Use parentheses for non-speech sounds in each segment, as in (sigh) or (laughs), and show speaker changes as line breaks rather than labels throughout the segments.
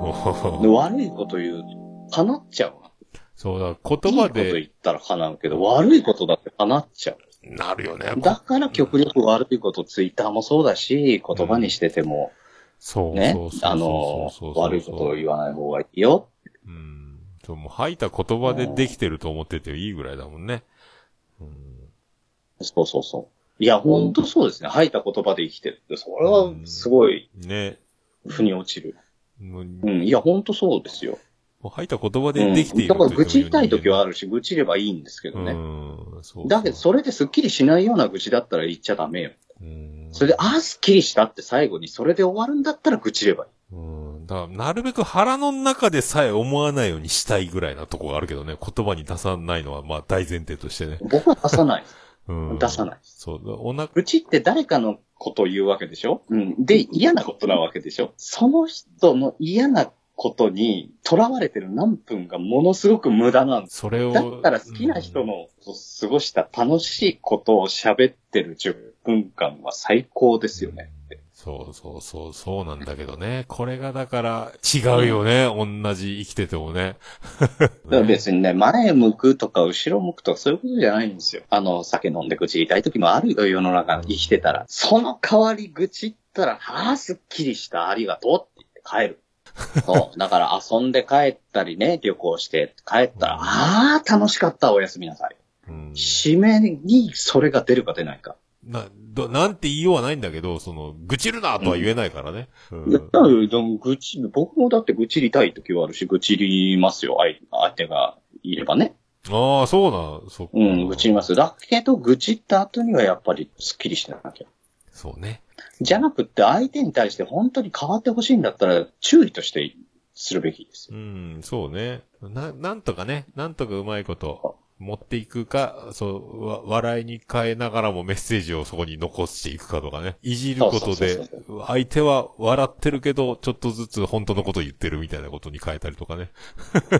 お
で
ー
悪いこと言うと、叶っちゃうわ。
(laughs) そうだ、
い
言
いこ
葉
と言
で
ったら叶うけど、悪いことだって叶っちゃう。
なるよね。
だから極力悪いこと、ツイッターもそうだし、言葉にしてても、
そう
ね
そうそう。、
あの
そうそう、そう
悪いことを言わない方がいいよ。
うん。そう、もう吐いた言葉でできてると思ってていいぐらいだもんね。うん。
そうそうそう。いや、ほんとそうですね。吐いた言葉で生きてるって、それはすごい、
ね。
腑に落ちる。
もう、も
うん、いや、ほんとそうですよ。
う吐いた言葉
う
で
ん
できている
だから愚痴りたい時はあ
る
るし、愚痴ればいいんですけどね。
うん。そう
だけど、それでスッキリしないような愚痴だったら言っちゃダメよ。
うん。
それで、あー、スッキリしたって最後に、それで終わるんだったら愚痴ればい
う
い。
ん。だから、なるべく腹の中でさえ思わないようにしたいぐらいなとこがあるけどね。言葉に出さないのは、まあ、大前提としてね。
僕は出さない。
うん。
出さない。
そう。お腹、
愚痴って誰かのことを言うわけでしょうん。で、嫌なことなわけでしょその人の嫌なことに囚われてる何分がものすごく無駄なんです。
それを。
だったら好きな人
うん
の過ごした楽しいことを喋ってる10分間は最高ですよね。
そうそうそう、そうなんだけどね。これがだから、違うよね。同じ生きててもね。
だから別にね、前向くとか後ろ向くとかそういうことじゃないんですよ。あの、酒飲んで愚痴りたい時もあるよ、世の中生きてたら。その代わり愚痴ったら、はあ、すっきりした、ありがとう
(laughs)
って言って帰る。そう。だから遊んで帰ったりね、旅行して帰ったら、
うん
ああ、楽しかった、おやすみなさい。
うん
締めにそれが出るか出ないか。
な、ど、なんて言いようはないんだけど、その、愚痴るなとは言えないからね。うん
だからでも愚痴、僕もだって愚痴りたい時はあるし、愚痴りますよ、相相手がいればね。
ああ、そうな、そっか
うん、愚痴ります。だけど、愚痴った後にはやっぱりスッキリしてなきゃ。
そうね。
じゃなくって、相手に対して本当に変わってほしいんだったら、注意としてするべきですよ。
うん、そうね。な、なんとかね、なんとかうまいこと、持っていくか、そう、わ、笑いに変えながらもメッセージをそこに残していくかとかね。いじること
そう
で
そうそう、
相手は笑ってるけど、ちょっとずつ本当のこと言ってるみたいなことに変えたりとかね。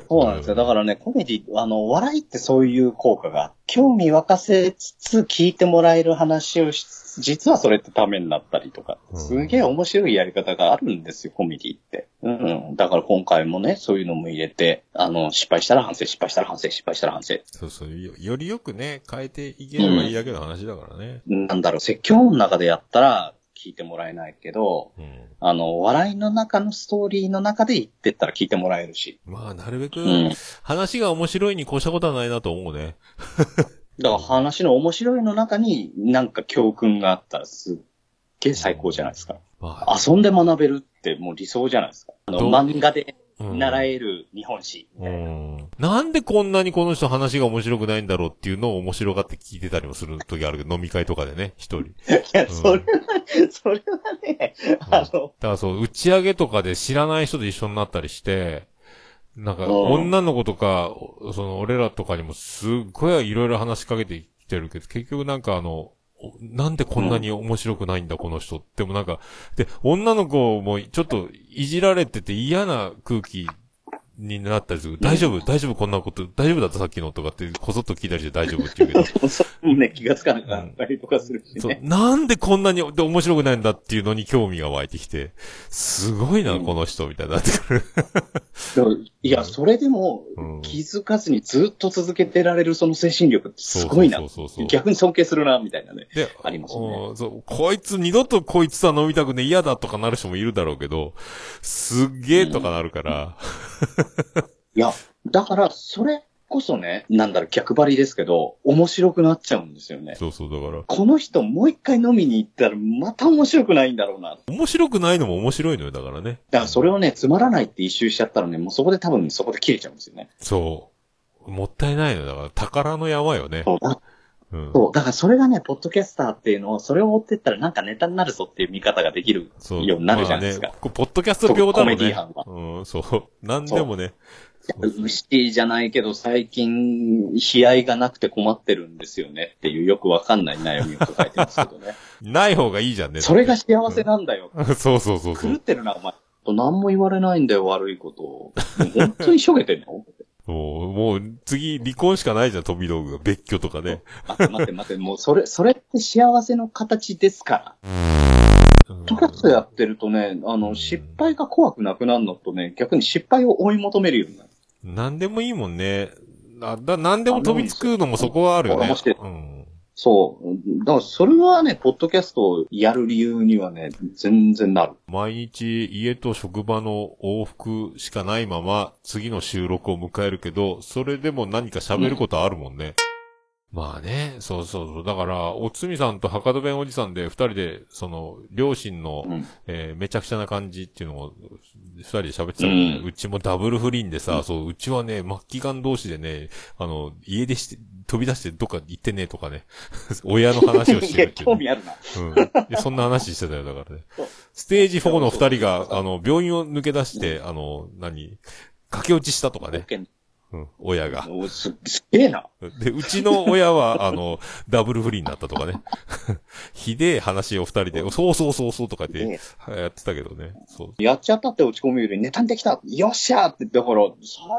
そうなんですよ。だからね、コメディ、あの、笑いってそういう効果が、興味沸かせつつ聞いてもらえる話をしつつ、実はそれってためになったりとか、
うん
すげえ面白いやり方があるんですよ、コメディって。うん、うん。だから今回もね、そういうのも入れて、あの、失敗したら反省、失敗したら反省、失敗したら反省。
そうそう。よよりよくね、変えていければいいだけの話だからね。
なんだろう、説教の中でやったら聞いてもらえないけど、
うん。
あの、笑いの中のストーリーの中で言ってったら聞いてもらえるし。
まあ、なるべく
うん、
話が面白いに越したことはないなと思うね。
だから話の面白いの中になんか教訓があったらすっげえ最高じゃないですか。
まあ、
遊んで学べるってもう理想じゃないですか。あの、
どう
漫画で
うん
習える日本史みたいな。
なんでこんなにこの人話が面白くないんだろうっていうのを面白がって聞いてたりもする時あるけど、飲み会とかでね、一人。
いや、それは、それはね、あの、 (laughs)
だからそう、打ち上げとかで知らない人と一緒になったりして、なんか、
うん
女の子とか、おその、俺らとかにもすっごいいろいろ話しかけてきてるけど、結局なんかあの、おなんでこんなに面白くないんだ、この人ってもなんか、で、女の子もちょっといじられてて嫌な空気になったりする。大丈夫大丈夫こんなこと、大丈夫だったさっきのとかって、こそっと聞いたりして大丈夫って言うけど、
それもね、気がつかなかったりとかするし
そう
ね。
なんでこんなにで面白くないんだっていうのに興味が湧いてきて、すごいな、
うん
この人、みたいになってくる。
だからいや、それでも
うん
気づかずにずっと続けてられるその精神力ってすごいな
そう。そうそうそう
逆に尊敬するな、みたいなね。
で、
ありますよね
うんそう、こいつ、二度とこいつは飲みたくねえ嫌だとかなる人もいるだろうけど、すっげえとかなるから、
いや、だから、それこそね、なんだろう、逆張りですけど、面白くなっちゃうんですよね。
そうそう、だから、
この人もう一回飲みに行ったらまた面白くないんだろうな。
面白くないのも面白いのよ、だからね。
だからそれをね、つまらないって一周しちゃったらね、もうそこで多分そこで切れちゃうんですよね。
そう。もったいないのよだから、宝の山よね。
そうだ
うん。
そうだからそれがね、ポッドキャスターっていうのを、それを追ってったらなんかネタになるぞっていう見方ができる
そう
ようになるじゃないですか
まあね、こうポッドキャスト病だろう
コメディ
ね
班は。
うん、そう。なんでもね。そう
牛じゃないけど、最近、悲哀がなくて困ってるんですよねっていう、よくわかんない悩みを抱えてますけど
(laughs)
ね。
ない方がいいじゃんね。
それが幸せなんだよ。
(laughs) そうそうそうそ
狂っ
う。
てるな、お前。何も言われないんだよ、悪いことを。もう本当にしょげてん
(laughs)
の
もう、もう、次、離婚しかないじゃん、飛び道具が。別居とかね。
待って待って待って、もうそれ、それって幸せの形ですから。ポッドキャストやってるとね、あ
う
の、
ん
失敗が怖くなくなるのとね、逆に失敗を追い求めるようになる。
何でもいいもんね。な、だ、何でも飛びつくのもそこはあるよね
面白い。
うん。
そう。だから、それはね、ポッドキャストをやる理由にはね、全然なる。
毎日家と職場の往復しかないまま次の収録を迎えるけど、それでも何か喋ることあるもんね。まあね、そうそうそう。だから、おつみさんと博多弁おじさんで二人で、その、両親の、
うん。
えーめちゃくちゃな感じっていうのを、二人で喋ってたもんね、
う
うんちもダブル不倫でさ、
うん
そう、うちはね、末期間同士でね、あの、家出して、飛び出してどっか行ってねとかね、 (laughs) 親の話をし
(laughs) い
て
や、
るっていうね、
興味あるな。
うんいや。そんな話してたよ、だからね
そう。
ステージ4の二人が、あの、病院を抜け出して、あの、何駆け落ちしたとかね。うん、親が。
おすすげえな。
で、うちの親は、あの、ダブル不倫になったとかね。 (laughs) ひでえ話を二人で、そうそうそうそうとか言っ
ね
て、やってたけどね。そう。
やっちゃったって落ち込むより、ネタにできたよっしゃーって、だから、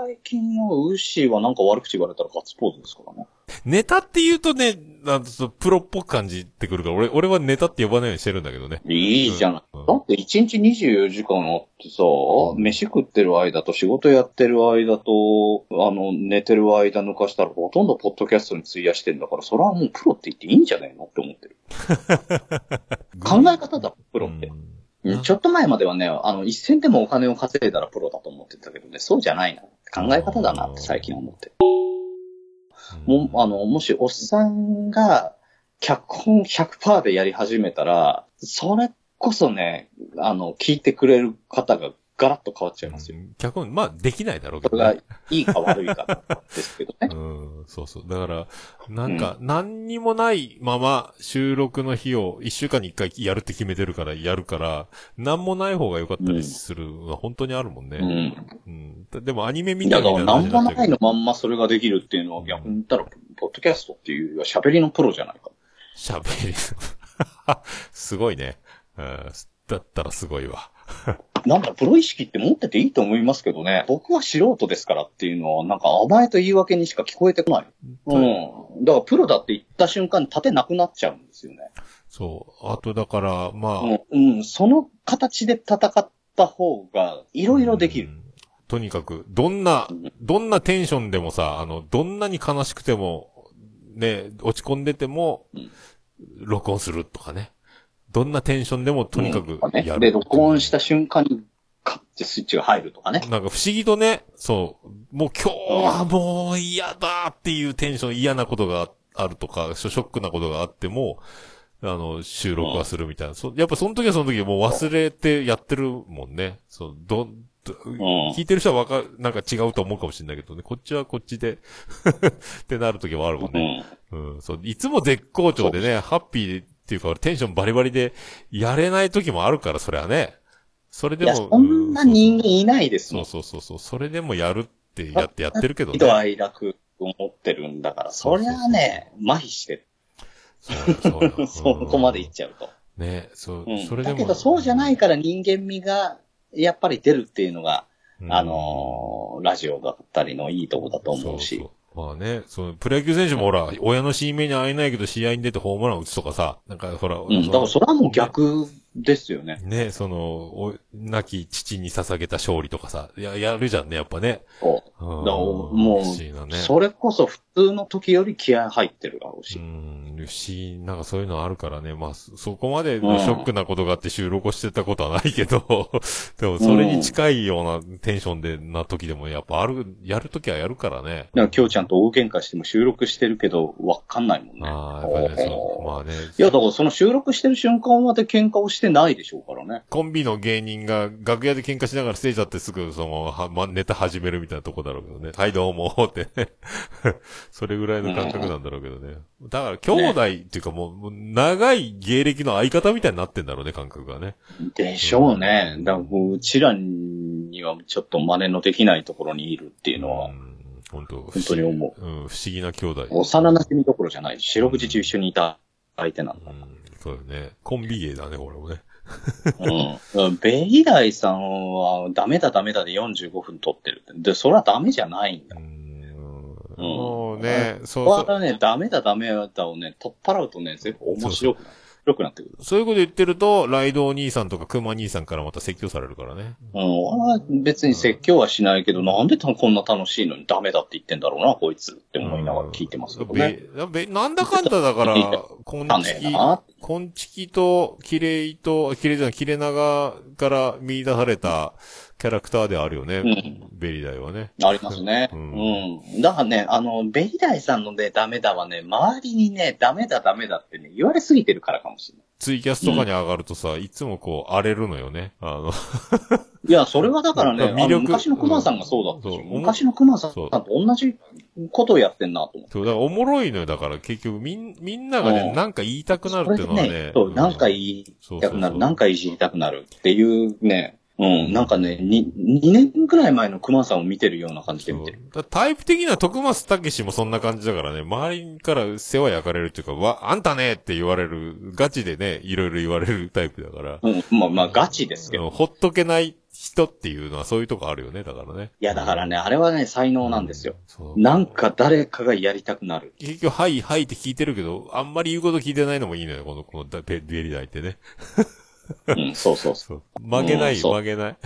最近のウッシーはなんか悪口言われたらガッツポーズですからね。
ネタって言うとね、なんかちょっとプロっぽく感じてくるから、俺、俺はネタって呼ばないようにしてるんだけどね。
いいじゃない。
うん
だって1日24時間あってさ、飯食ってる間と仕事やってる間と、あの、寝てる間抜かしたらほとんどポッドキャストに費やしてんだから、それはもうプロって言っていいんじゃないのって思ってる。考え方だ、プロって。
うん
うんちょっと前まではね、あの、一銭でもお金を稼いだらプロだと思ってたけどね、そうじゃないな。考え方だなって最近思ってる。もう、あの、もしおっさんが脚本100%でやり始めたら、それこそね、あの、聞いてくれる方がガラッと変わっちゃいますよ。
うん脚本、まあ、できないだろうけ
そ
どね、
れがいいか悪いかですけど
(laughs)
ね。
うん、そうそう。だから、なんか、何にもないまま収録の日を一週間に一回やるって決めてるから、やるから、何もない方が良かったりするのは本当にあるもん
う
ね。
ん。
うん。でもアニメみた
だ
い
か
な
ら、
感じ
なん
にな
も
っちゃうけ
ない
ど
のまんまそれができるっていうのは逆に言ったら、ポッドキャストっていうよりは喋りのプロじゃないか。
喋り、 (laughs) すごいね。うん、だったらすごいわ。
なんかプロ意識って持ってていいと思いますけどね、僕は素人ですからっていうのは、なんか甘えと言い訳にしか聞こえてこない。うん。だからプロだって言った瞬間に立てなくなっちゃうんですよね。
そう。あとだから、まあ、
うん、うんその形で戦った方が、いろいろできる
う。ん。とにかく、どんな
うん、
どんなテンションでもさ、あの、どんなに悲しくても、ね、落ち込んでても
うん、
録音するとかね。どんなテンションでもとにかく
うん
やる。
で、録音した瞬間に、カッてスイッチが入るとかね。
(laughs) なんか不思議とね、そう、もう今日はもう嫌だっていうテンション、嫌なことがあるとか、ショショックなことがあっても、あの、収録はするみたいな。そやっぱその時はその時でもう忘れてやってるもんね。そう、ど、ど
ん
聞いてる人はわか、なんか違うと思うかもしれないけどね。こっちはこっちで、 (laughs) ってなる時はあるもん
う
ね。
ん。
うん、そう、いつも絶好調でね、ハッピーっていうか、テンションバリバリで、やれない時もあるから、そりゃね。それ
い
で
や、
も。
そんな人
間
間いないです
そ
も。
うんそうそうそう。それでもやるってやってやってるけど
喜
ね。
怒哀楽を持ってるんだから、そりゃあね、麻痺して、
そうよそうよ
(laughs) そこまでいっちゃうと。
うんね、そう、
うん
それで
だ
も。
けど、そうじゃないから人間味が、やっぱり出るっていうのが、
うん
あのーラジオだったりのいいとこだと思うし。
そそまあね、そのプロ野球選手もほら、親の指名に会えないけど試合に出てホームラン打つとかさ、なんかほら、
うん、だからそれはもう逆ですよね。
ね、その、お、亡き父に捧げた勝利とかさ、や、やるじゃんね、やっぱね。
そう
うん
だからもう
不思議なね。
それこそ普通の時より気合入ってるだろう
う
し。
ん、不思議、なんかそういうのあるからね。まあ、そそこまでシ
うん
ョックなことがあって収録をしてたことはないけど、 (laughs) でもそれに近いようなテンションで、な時でもやっぱある、やるときはやるからね。
だから、きょうちゃんと大喧嘩しても収録してるけど、わかんないもんね。
ああ、やっぱりね、そう。
おー
まあね。
いや、だからその収録してる瞬間まで喧嘩をしてないでしょうからね。
コンビの芸人が楽屋で喧嘩しながらステージ立ってすぐその、はま、ネタ始めるみたいなとこだろうけどね。はい、どうも、って (laughs) ね。それぐらいの感覚なんだろうけどね。だから、兄弟っていうかもう、もう長い芸歴の相方みたいになってんだろうね、感覚がね。
でしょうね。だから、うちらにはちょっと真似のできないところにいるっていうのは
う、ん、本当
本当に思う。
うん、不思議な兄弟。
幼馴染みどころじゃない。四六時中一緒にいた相手なん
う
だ。
ん、そうよね。コンビ芸だね、これもね。
うん。ベイダイさんは、ダメだダメだで45分撮ってるって。で、それはダメじゃないんだ。
うん。
うん
もうね、そう
こ
そ
れはね、ダメだダメだをね、取っ払うとね、全部面白くなる。白くなってくる。
そういうこと言ってると、ライドお兄さんとかクマ兄さんからまた説教されるからね。
うん、俺は別に説教はしないけど、なんでこんな楽しいのにダメだって言ってんだろうな、こいつって思いながら聞いてますけどね。
べべなんだかんだだから
ち (laughs) ょ、
こん
わかん
ち
ねえ
き、
な。
こんちきと、きれいと、きれいじゃない、きれ長から見出されたキャラクターではあるよね。
うん
ベリダイはね。
ありますね。
う
うんん。だからね、あの、ベリダイさんのね、ダメだはね、周りにね、ダメだダメだってね、言われすぎてるからかもしれない。
ツイキャスとかに上がるとさ、いつもこう荒れるのよね。あの、
いや、それはだからね、
だから
あ
魅力
の昔のクマさんがそうだったでしょ
うんそう
昔のクマさん
そう
と同じことをやってんなと思って。
そう、だからおもろいのよ。だから結局みん、みんなが
う
ね、
ん
なんか言いたくなる
こ
っ
れ
ていう
で
のは
ね
ね、。
そう、なんか
い。
言いたく
そうそ
な
うそう
る、なんかいじりたくなるっていうね、うん、なんかね、に2年くらい前のクマさんを見てるような感じで
そう
見てる。
だタイプ的には徳松たけしもそんな感じだからね、周りから世話焼かれるっていうか、わ、あんたねって言われる、ガチでね、いろいろ言われるタイプだから、
うん、まあまあガチですけど。
ほっとけない人っていうのはそういうとこあるよね、だからね。
いや、だからね、あれはね、才能なんですよ。
そう。
なんか誰かがやりたくなる。
結局、はい、はいって聞いてるけど、あんまり言うこと聞いてないのもいいのよ、この、このベベリダイってね。
うん、そうそうそ
そう。曲げない、
うんそう
曲げない。 (laughs)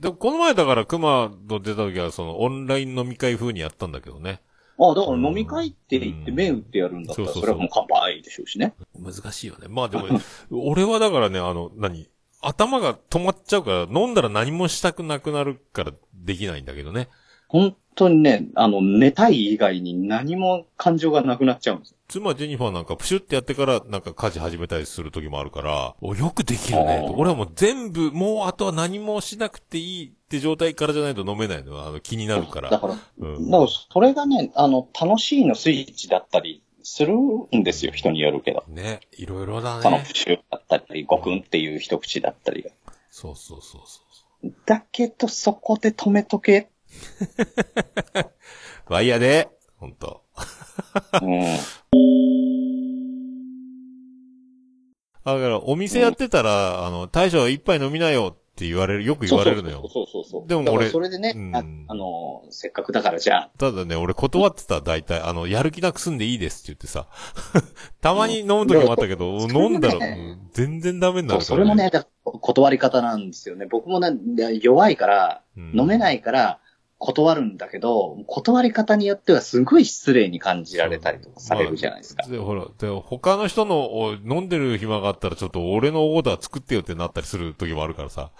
でも、この前だから、熊と出た時は、その、オンライン飲み会風にやったんだけどね。
う。 (laughs) あだから飲み会って言って
うん
目打ってやるんだったら、
そうそうそう
それはもう乾杯でしょうしね。
難しいよね。まあでも、 (laughs) 俺はだからね、あの、何頭が止まっちゃうから、飲んだら何もしたくなくなるからできないんだけどね。
本当にね、あの、寝たい以外に何も感情がなくなっちゃうんですよ。
妻ジェニファーなんかプシュってやってからなんか家事始めたりする時もあるから、お、よくできるね
あ。ー
俺はもう全部、もうあとは何もしなくていいって状態からじゃないと飲めないのよあの、気になるから。
だから、
うん
だからそれがね、あの、楽しいのスイッチだったりするんですよ、人によるけど。
ね、いろいろだ
その
ね。
プシュだったり、ゴクンっていう一口だったりが。
そうそうそうそ
だけど、そこで止めと
(laughs)
け。
う。ワイヤーで、ほんと。
うん。
あだから、お店やってたら、あの、大将一杯飲みなよって言われる、よく言われるのよ。
そうそうそうそうそうそう。
でも俺
だからそれでね、
うん
ああの、せっかくだからじゃあ、
ただね、俺断ってた、大体。あの、やる気なくすんでいいですって言ってさ。 (laughs) たまに飲む時もあったけど、
うん
飲んだら、
それもね
うん全然ダメにな
そ
るから、
うそれもね、だ断り方なんですよね。僕もね、弱いから、
うん、
飲めないいから、断るんだけど、断り方によってはすごい失礼に感じられたりとかされるじゃないですか。
で、ほら、で、他の人の、お飲んでる暇があったら、ちょっと俺のオーダー作ってよってなったりする時もあるからさ。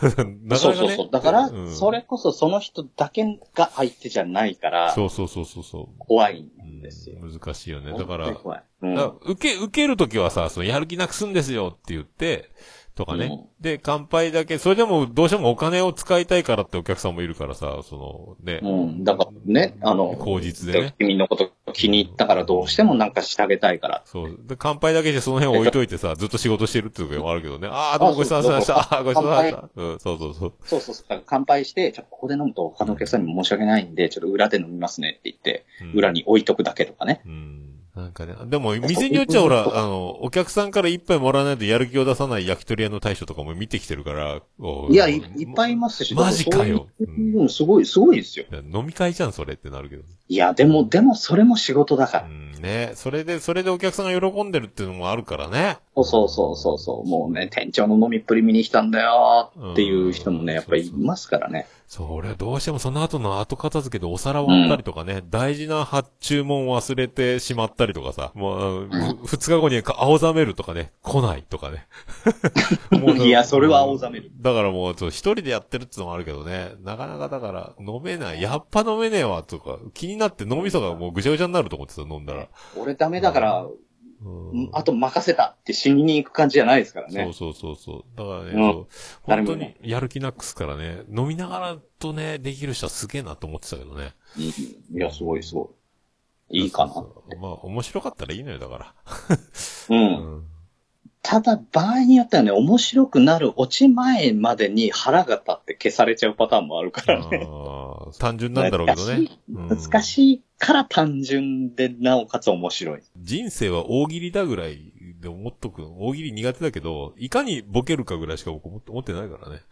(laughs) なかなかね。
そうそうそう。だから、
うん
それこそその人だけが相手じゃないから、
そうそうそうそうそう。
怖い
うん
ですよ。
ん難しいよね。だから、
本当に怖い。うん
だから受け、受けるときはさ、そのやる気なくすんですよって言って、とかね。
うん
で、乾杯だけ、それでもどうしてもお金を使いたいからってお客さんもいるからさ、その、ね。
うん。だからね、あの、
口実でね
君のこと気に入ったからどうしてもなんかしてあげたいから。
そう。で、乾杯だけしてその辺置いといてさ、ずっと仕事してるっていうのもあるけどね。ああ、どうもごちそうさまでした。ああー、ごちそうさまでした。うん、そうそうそう。
そうそうそう。だから乾杯して、ちょっとここで飲むと他のお客さんにも申し訳ないんで、ちょっと裏で飲みますねって言って、
うん
裏に置いとくだけとかね。
うん。なんかね、でも、店によっちゃほら、あの、お客さんから一杯もらわないとやる気を出さない焼き鳥屋の大将とかも見てきてるから、お
いや、いいっぱいいますし。
マジかよ
だらそういううん、すごい、すごいですよ。
飲み会じゃん、それってなるけど。
いや、でも、でもそれも仕事だから
う。ん、ね。それで、それでお客さんが喜んでるっていうのもあるからね。
そうそうそうそうそう。もうね、店長の飲みっぷり見に来たんだよっていう人もね、やっぱりいますからね。
そう、俺はどうしてもその後の後片付けでお皿割ったりとかね、大事な発注文忘れてしまったりとかさ、もう、ふ二日後に青ざめるとかね、来ないと (laughs) かね。もう
いやそれは青ざめる。
だからもう、そう一人でやってるってのもあるけどね、なかなかだから、飲めない、やっぱ飲めねえわ、とか、気になって脳みそがもうぐちゃぐちゃになると思ってた、飲んだら。
俺ダメだから、
うん
あと任せたって死にに行く感じじゃないですからね。
そうそうそうそう。だからね、
うん
そう
誰
本
も
当
いない
にやる気なくすからね、飲みながらとね、できる人はすげえなと思ってたけどね。
うんいや、すごいすごい。いいかな。
そうそうまあ、面白かったらいいのよ、だか
う
ら。
ん。ただ、場合によってはね、面白くなる落ち前までに腹が立って消されちゃうパターンもあるか
あ
らね。
ー単純なんだろうけどね。
難しい。
うん
難しいから単純で、なおかつ面白い。
人生は大喜利だぐらいで思っとく。大喜利苦手だけど、いかにボケるかぐらいしか僕思って思ってないからね。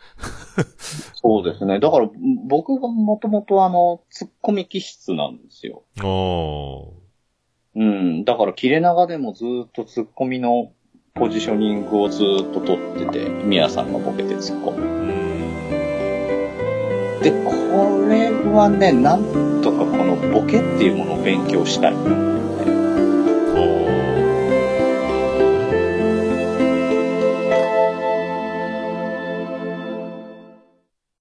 そうですね。だから、ん僕がもともとあの、突っ込み気質なんですよ。
ああ。
うん。だから切れ長でもずっとツッコミのポジショニングをずっと取ってて、ミヤさんがボケてツッコむ。で、これはね、なんとかこのボケっていうものを勉強したい。
うん。